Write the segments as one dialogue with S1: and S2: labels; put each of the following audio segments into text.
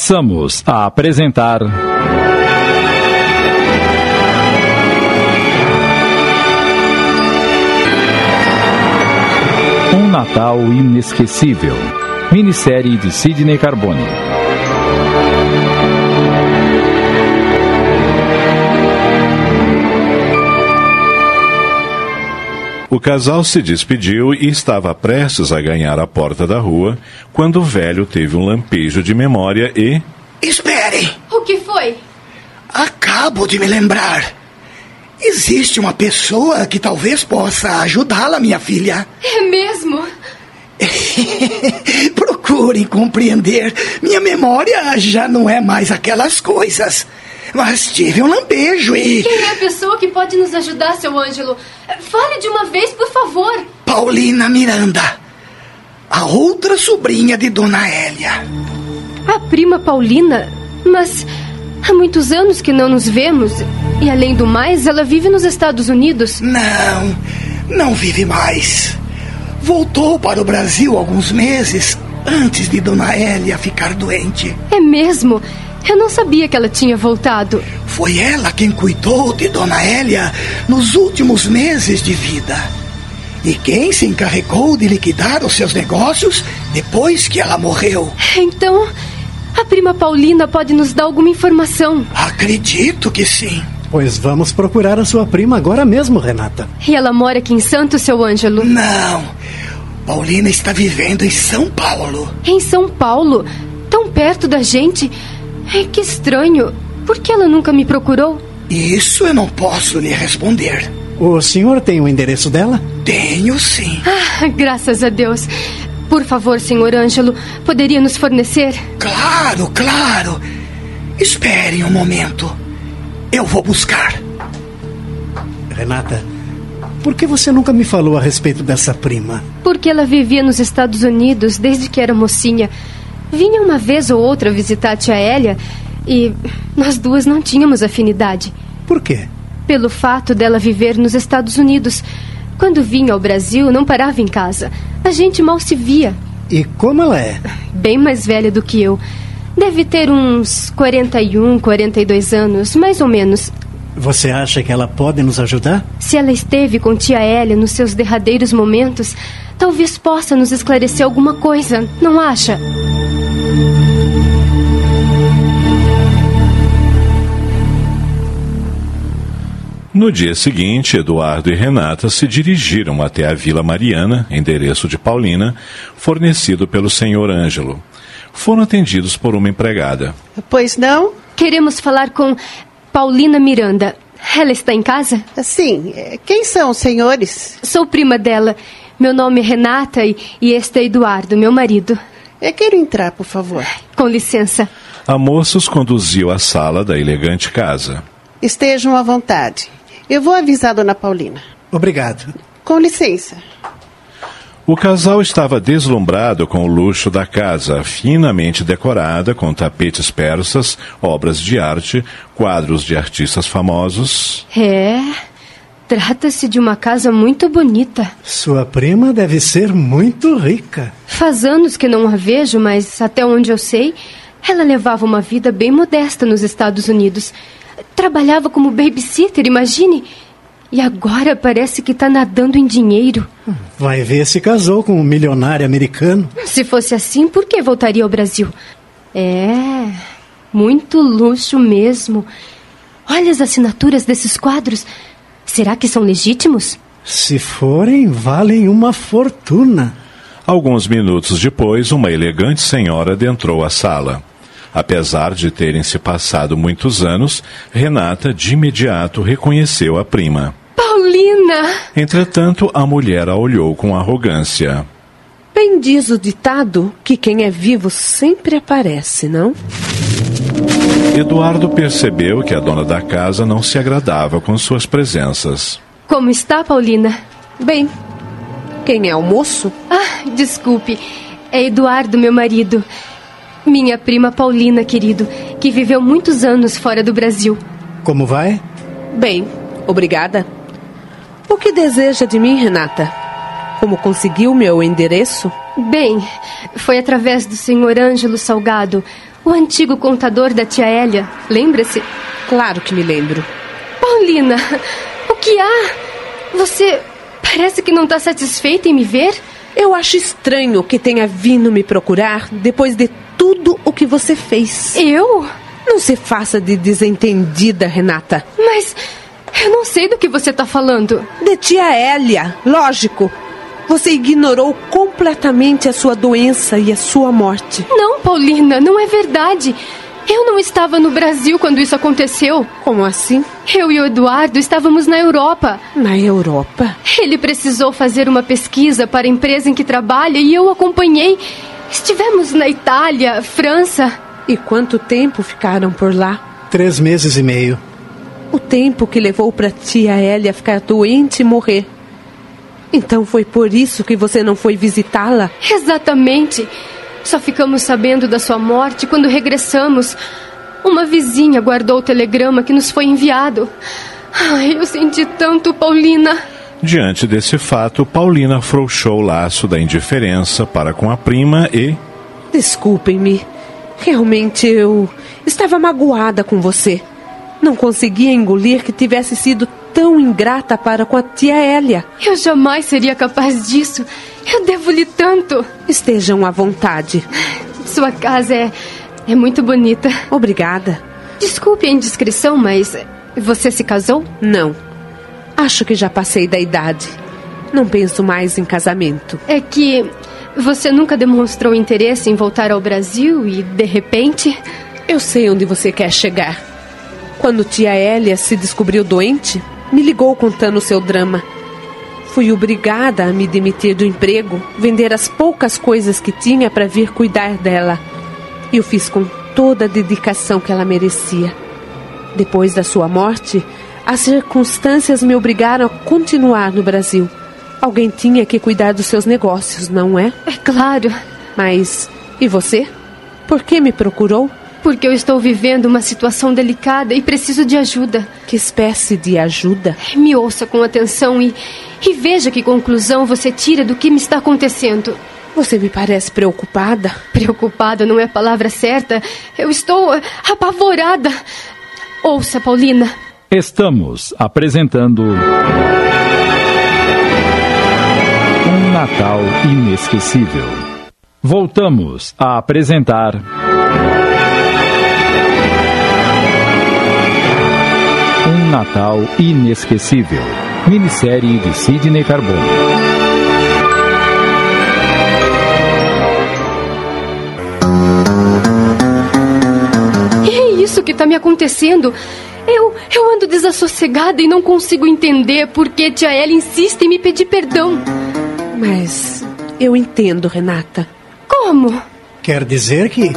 S1: passamos a apresentar. Um Natal Inesquecível. Minissérie de Sidney Carbone.
S2: O casal se despediu e estava prestes a ganhar a porta da rua quando o velho teve um lampejo de memória e.
S3: Esperem!
S4: O que foi?
S3: Acabo de me lembrar. Existe uma pessoa que talvez possa ajudá-la, minha filha.
S4: É mesmo?
S3: Procurem compreender. Minha memória já não é mais aquelas coisas. Mas tive um lampejo e.
S4: Quem é a pessoa que pode nos ajudar, seu Ângelo? Fale de uma vez, por favor.
S3: Paulina Miranda. A outra sobrinha de Dona Hélia.
S5: A prima Paulina? Mas há muitos anos que não nos vemos. E além do mais, ela vive nos Estados Unidos.
S3: Não, não vive mais. Voltou para o Brasil alguns meses antes de Dona Hélia ficar doente.
S5: É mesmo? Eu não sabia que ela tinha voltado.
S3: Foi ela quem cuidou de Dona Hélia nos últimos meses de vida. E quem se encarregou de liquidar os seus negócios depois que ela morreu.
S5: Então, a prima Paulina pode nos dar alguma informação.
S3: Acredito que sim.
S6: Pois vamos procurar a sua prima agora mesmo, Renata.
S5: E ela mora aqui em Santos, seu Ângelo?
S3: Não. Paulina está vivendo em São Paulo.
S5: Em São Paulo? Tão perto da gente? É que estranho. Por que ela nunca me procurou?
S3: Isso eu não posso lhe responder.
S6: O senhor tem o endereço dela?
S3: Tenho sim.
S5: Ah, graças a Deus. Por favor, senhor Ângelo, poderia nos fornecer?
S3: Claro, claro. Esperem um momento. Eu vou buscar.
S6: Renata, por que você nunca me falou a respeito dessa prima?
S5: Porque ela vivia nos Estados Unidos desde que era mocinha. Vinha uma vez ou outra visitar a tia Hélia e nós duas não tínhamos afinidade.
S6: Por quê?
S5: Pelo fato dela viver nos Estados Unidos. Quando vinha ao Brasil, não parava em casa. A gente mal se via.
S6: E como ela é?
S5: Bem mais velha do que eu. Deve ter uns 41, 42 anos, mais ou menos.
S6: Você acha que ela pode nos ajudar?
S5: Se ela esteve com tia Hélia nos seus derradeiros momentos, talvez possa nos esclarecer alguma coisa, não acha?
S2: No dia seguinte, Eduardo e Renata se dirigiram até a Vila Mariana, endereço de Paulina, fornecido pelo senhor Ângelo. Foram atendidos por uma empregada.
S7: Pois não?
S5: Queremos falar com Paulina Miranda. Ela está em casa?
S7: Sim. Assim, é, Quem são os senhores?
S5: Sou prima dela. Meu nome é Renata e, e este é Eduardo, meu marido.
S7: Eu quero entrar, por favor.
S5: Com licença.
S2: A moça os conduziu à sala da elegante casa.
S7: Estejam à vontade. Eu vou avisar a dona Paulina.
S6: Obrigado.
S7: Com licença.
S2: O casal estava deslumbrado com o luxo da casa, finamente decorada com tapetes persas, obras de arte, quadros de artistas famosos.
S5: É. Trata-se de uma casa muito bonita.
S6: Sua prima deve ser muito rica.
S5: Faz anos que não a vejo, mas até onde eu sei, ela levava uma vida bem modesta nos Estados Unidos. Trabalhava como babysitter, imagine. E agora parece que está nadando em dinheiro.
S6: Vai ver se casou com um milionário americano.
S5: Se fosse assim, por que voltaria ao Brasil? É. Muito luxo mesmo. Olha as assinaturas desses quadros. Será que são legítimos?
S6: Se forem, valem uma fortuna.
S2: Alguns minutos depois, uma elegante senhora adentrou a sala. Apesar de terem se passado muitos anos, Renata de imediato reconheceu a prima.
S4: Paulina!
S2: Entretanto, a mulher a olhou com arrogância.
S8: Bem diz o ditado que quem é vivo sempre aparece, não?
S2: Eduardo percebeu que a dona da casa não se agradava com suas presenças.
S5: Como está, Paulina?
S8: Bem. Quem é o moço?
S5: Ah, desculpe. É Eduardo, meu marido. Minha prima Paulina, querido, que viveu muitos anos fora do Brasil.
S6: Como vai?
S8: Bem, obrigada. O que deseja de mim, Renata? Como conseguiu meu endereço?
S5: Bem, foi através do senhor Ângelo Salgado, O antigo contador da tia Hélia, lembra-se?
S8: Claro que me lembro.
S5: Paulina, o que há? Você parece que não está satisfeita em me ver?
S8: Eu acho estranho que tenha vindo me procurar depois de tudo o que você fez.
S5: Eu?
S8: Não se faça de desentendida, Renata.
S5: Mas eu não sei do que você está falando.
S8: De tia Hélia, lógico. Você ignorou completamente a sua doença e a sua morte.
S5: Não, Paulina, não é verdade. Eu não estava no Brasil quando isso aconteceu.
S8: Como assim?
S5: Eu e o Eduardo estávamos na Europa.
S8: Na Europa?
S5: Ele precisou fazer uma pesquisa para a empresa em que trabalha e eu acompanhei. Estivemos na Itália, França.
S8: E quanto tempo ficaram por lá?
S6: Três meses e meio.
S8: O tempo que levou para tia Hélia ficar doente e morrer. Então foi por isso que você não foi visitá-la?
S5: Exatamente. Só ficamos sabendo da sua morte quando regressamos. Uma vizinha guardou o telegrama que nos foi enviado. Ai, eu senti tanto, Paulina.
S2: Diante desse fato, Paulina afrouxou o laço da indiferença para com a prima e.
S8: Desculpem-me. Realmente eu estava magoada com você. Não conseguia engolir que tivesse sido tão ingrata para com a tia Hélia.
S5: Eu jamais seria capaz disso. Eu devo-lhe tanto.
S8: Estejam à vontade.
S5: Sua casa é, é muito bonita.
S8: Obrigada.
S5: Desculpe a indiscrição, mas você se casou?
S8: Não. Acho que já passei da idade. Não penso mais em casamento.
S5: É que você nunca demonstrou interesse em voltar ao Brasil e, de repente.
S8: Eu sei onde você quer chegar. Quando tia Hélia se descobriu doente, me ligou contando o seu drama. Fui obrigada a me demitir do emprego, vender as poucas coisas que tinha para vir cuidar dela. E o fiz com toda a dedicação que ela merecia. Depois da sua morte, as circunstâncias me obrigaram a continuar no Brasil. Alguém tinha que cuidar dos seus negócios, não é?
S5: É claro,
S8: Mas e você? Por que me procurou?
S5: porque eu estou vivendo uma situação delicada e preciso de ajuda.
S8: Que espécie de ajuda?
S5: Me ouça com atenção e, e veja que conclusão você tira do que me está acontecendo.
S8: Você me parece preocupada.
S5: Preocupada não é a palavra certa. Eu estou eh, apavorada. Ouça, Paulina.
S1: Estamos apresentando. Um Natal Inesquecível. Voltamos a apresentar. Um Natal Inesquecível. Minissérie de Sidney Carbone.
S5: E é isso que está me acontecendo. Eu, eu ando desassossegada e não consigo entender por que tia Ela insiste em me pedir perdão.
S8: Mas eu entendo, Renata.
S5: Como?
S6: Quer dizer que.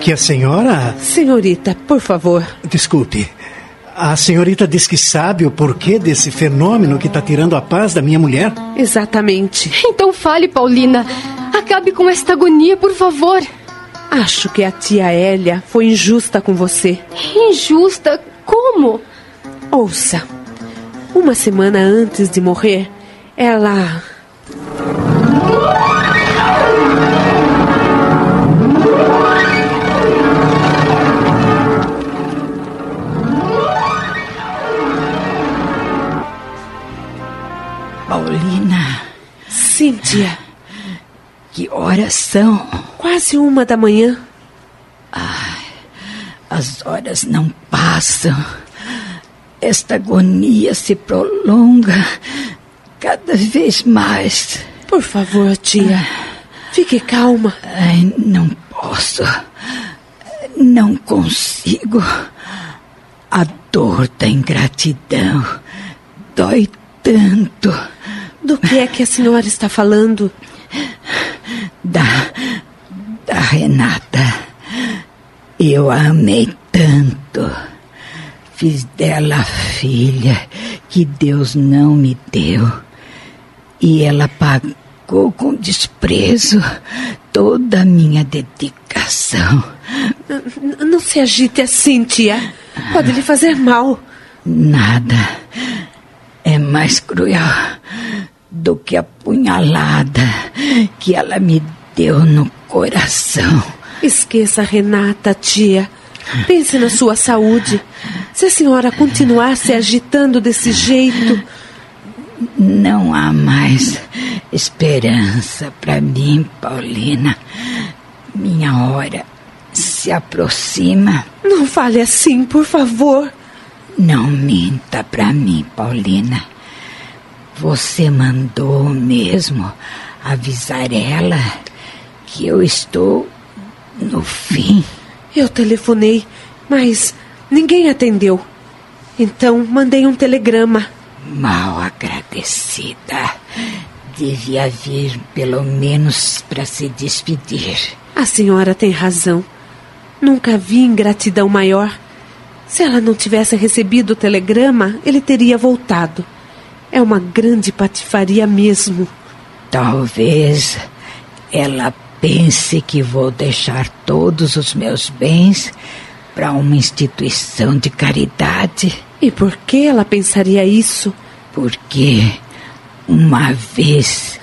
S6: que a senhora.
S8: Senhorita, por favor.
S6: Desculpe. A senhorita diz que sabe o porquê desse fenômeno que está tirando a paz da minha mulher?
S8: Exatamente.
S5: Então fale, Paulina. Acabe com esta agonia, por favor.
S8: Acho que a tia Hélia foi injusta com você.
S5: Injusta. Como?
S8: Ouça. Uma semana antes de morrer, ela.
S9: Paulina,
S8: Cíntia,
S9: que horas são?
S8: quase uma da manhã.
S9: As horas não passam. Esta agonia se prolonga cada vez mais.
S8: Por favor, tia.
S9: Ah.
S8: Fique calma.
S9: Ai, não posso. Não consigo. A dor da ingratidão dói tanto
S8: Do que é que a senhora está falando?
S9: da, da Renata. Eu a amei tanto. Fiz dela a filha que Deus não me deu. E ela pagou com desprezo toda a minha dedicação.
S8: N- Não se agite assim, tia. Pode lhe fazer mal.
S9: Nada é mais cruel do que a punhalada que ela me deu no coração.
S8: Esqueça a Renata, tia. Pense na sua saúde. Se a senhora continuar se agitando desse jeito.
S9: Não há mais esperança para mim, Paulina. Minha hora se aproxima.
S8: Não fale assim, por favor.
S9: Não minta para mim, Paulina. Você mandou mesmo avisar ela que eu estou no fim.
S8: Eu telefonei, mas ninguém atendeu. Então mandei um telegrama.
S9: Mal agradecida. Devia vir pelo menos para se despedir.
S8: A senhora tem razão. Nunca vi ingratidão maior. Se ela não tivesse recebido o telegrama, ele teria voltado. É uma grande patifaria mesmo.
S9: Talvez ela pense que vou deixar todos os meus bens para uma instituição de caridade.
S8: E por que ela pensaria isso?
S9: Porque uma vez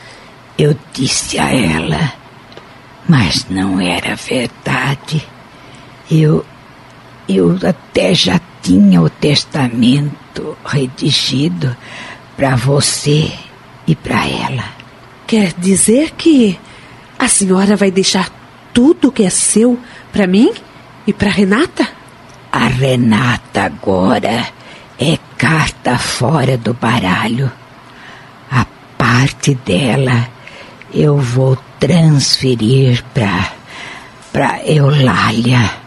S9: eu disse a ela, mas não era verdade. Eu eu até já tinha o testamento redigido para você e para ela.
S8: Quer dizer que a senhora vai deixar tudo que é seu para mim e para Renata?
S9: A Renata agora é carta fora do baralho. A parte dela eu vou transferir para para Eulália.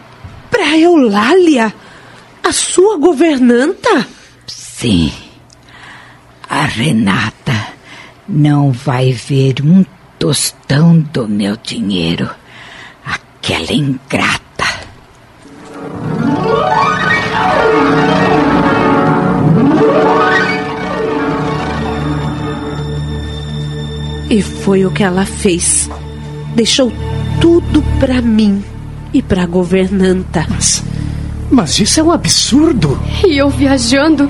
S8: Para Eulália? A sua governanta?
S9: Sim. A Renata não vai ver um tostão do meu dinheiro. Aquela ingrata.
S8: E foi o que ela fez. Deixou tudo para mim e para governanta.
S6: Mas, mas isso é um absurdo.
S5: E eu viajando,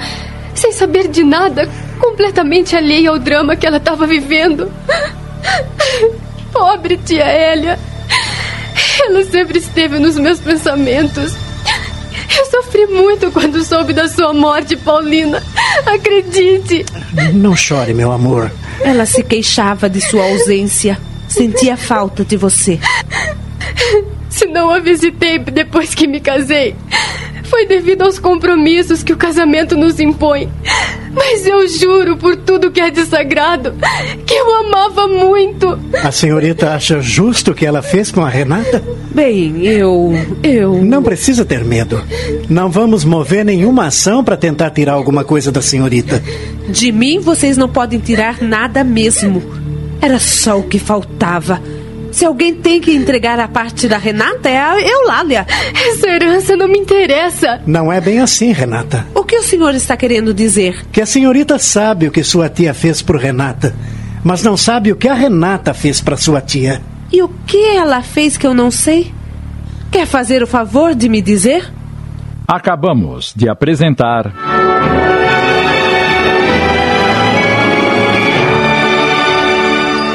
S5: sem saber de nada, completamente alheia ao drama que ela estava vivendo. Pobre tia Elia. Ela sempre esteve nos meus pensamentos. Eu sofri muito quando soube da sua morte, Paulina. Acredite.
S6: Não chore, meu amor.
S8: Ela se queixava de sua ausência. Sentia falta de você.
S5: Se não a visitei depois que me casei, foi devido aos compromissos que o casamento nos impõe. Mas eu juro por tudo que é de sagrado que eu amava muito.
S6: A senhorita acha justo o que ela fez com a Renata?
S8: Bem, eu. eu.
S6: Não precisa ter medo. Não vamos mover nenhuma ação para tentar tirar alguma coisa da senhorita.
S8: De mim vocês não podem tirar nada mesmo. Era só o que faltava. Se alguém tem que entregar a parte da Renata é a Eulália.
S5: Essa herança não me interessa.
S6: Não é bem assim, Renata.
S8: O que o senhor está querendo dizer?
S6: Que a senhorita sabe o que sua tia fez por Renata, mas não sabe o que a Renata fez para sua tia.
S8: E o que ela fez que eu não sei? Quer fazer o favor de me dizer?
S1: Acabamos de apresentar.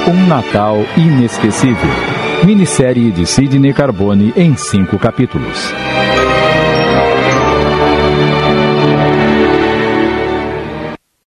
S1: Um Natal Inesquecível. Minissérie de Sidney Carbone em cinco capítulos.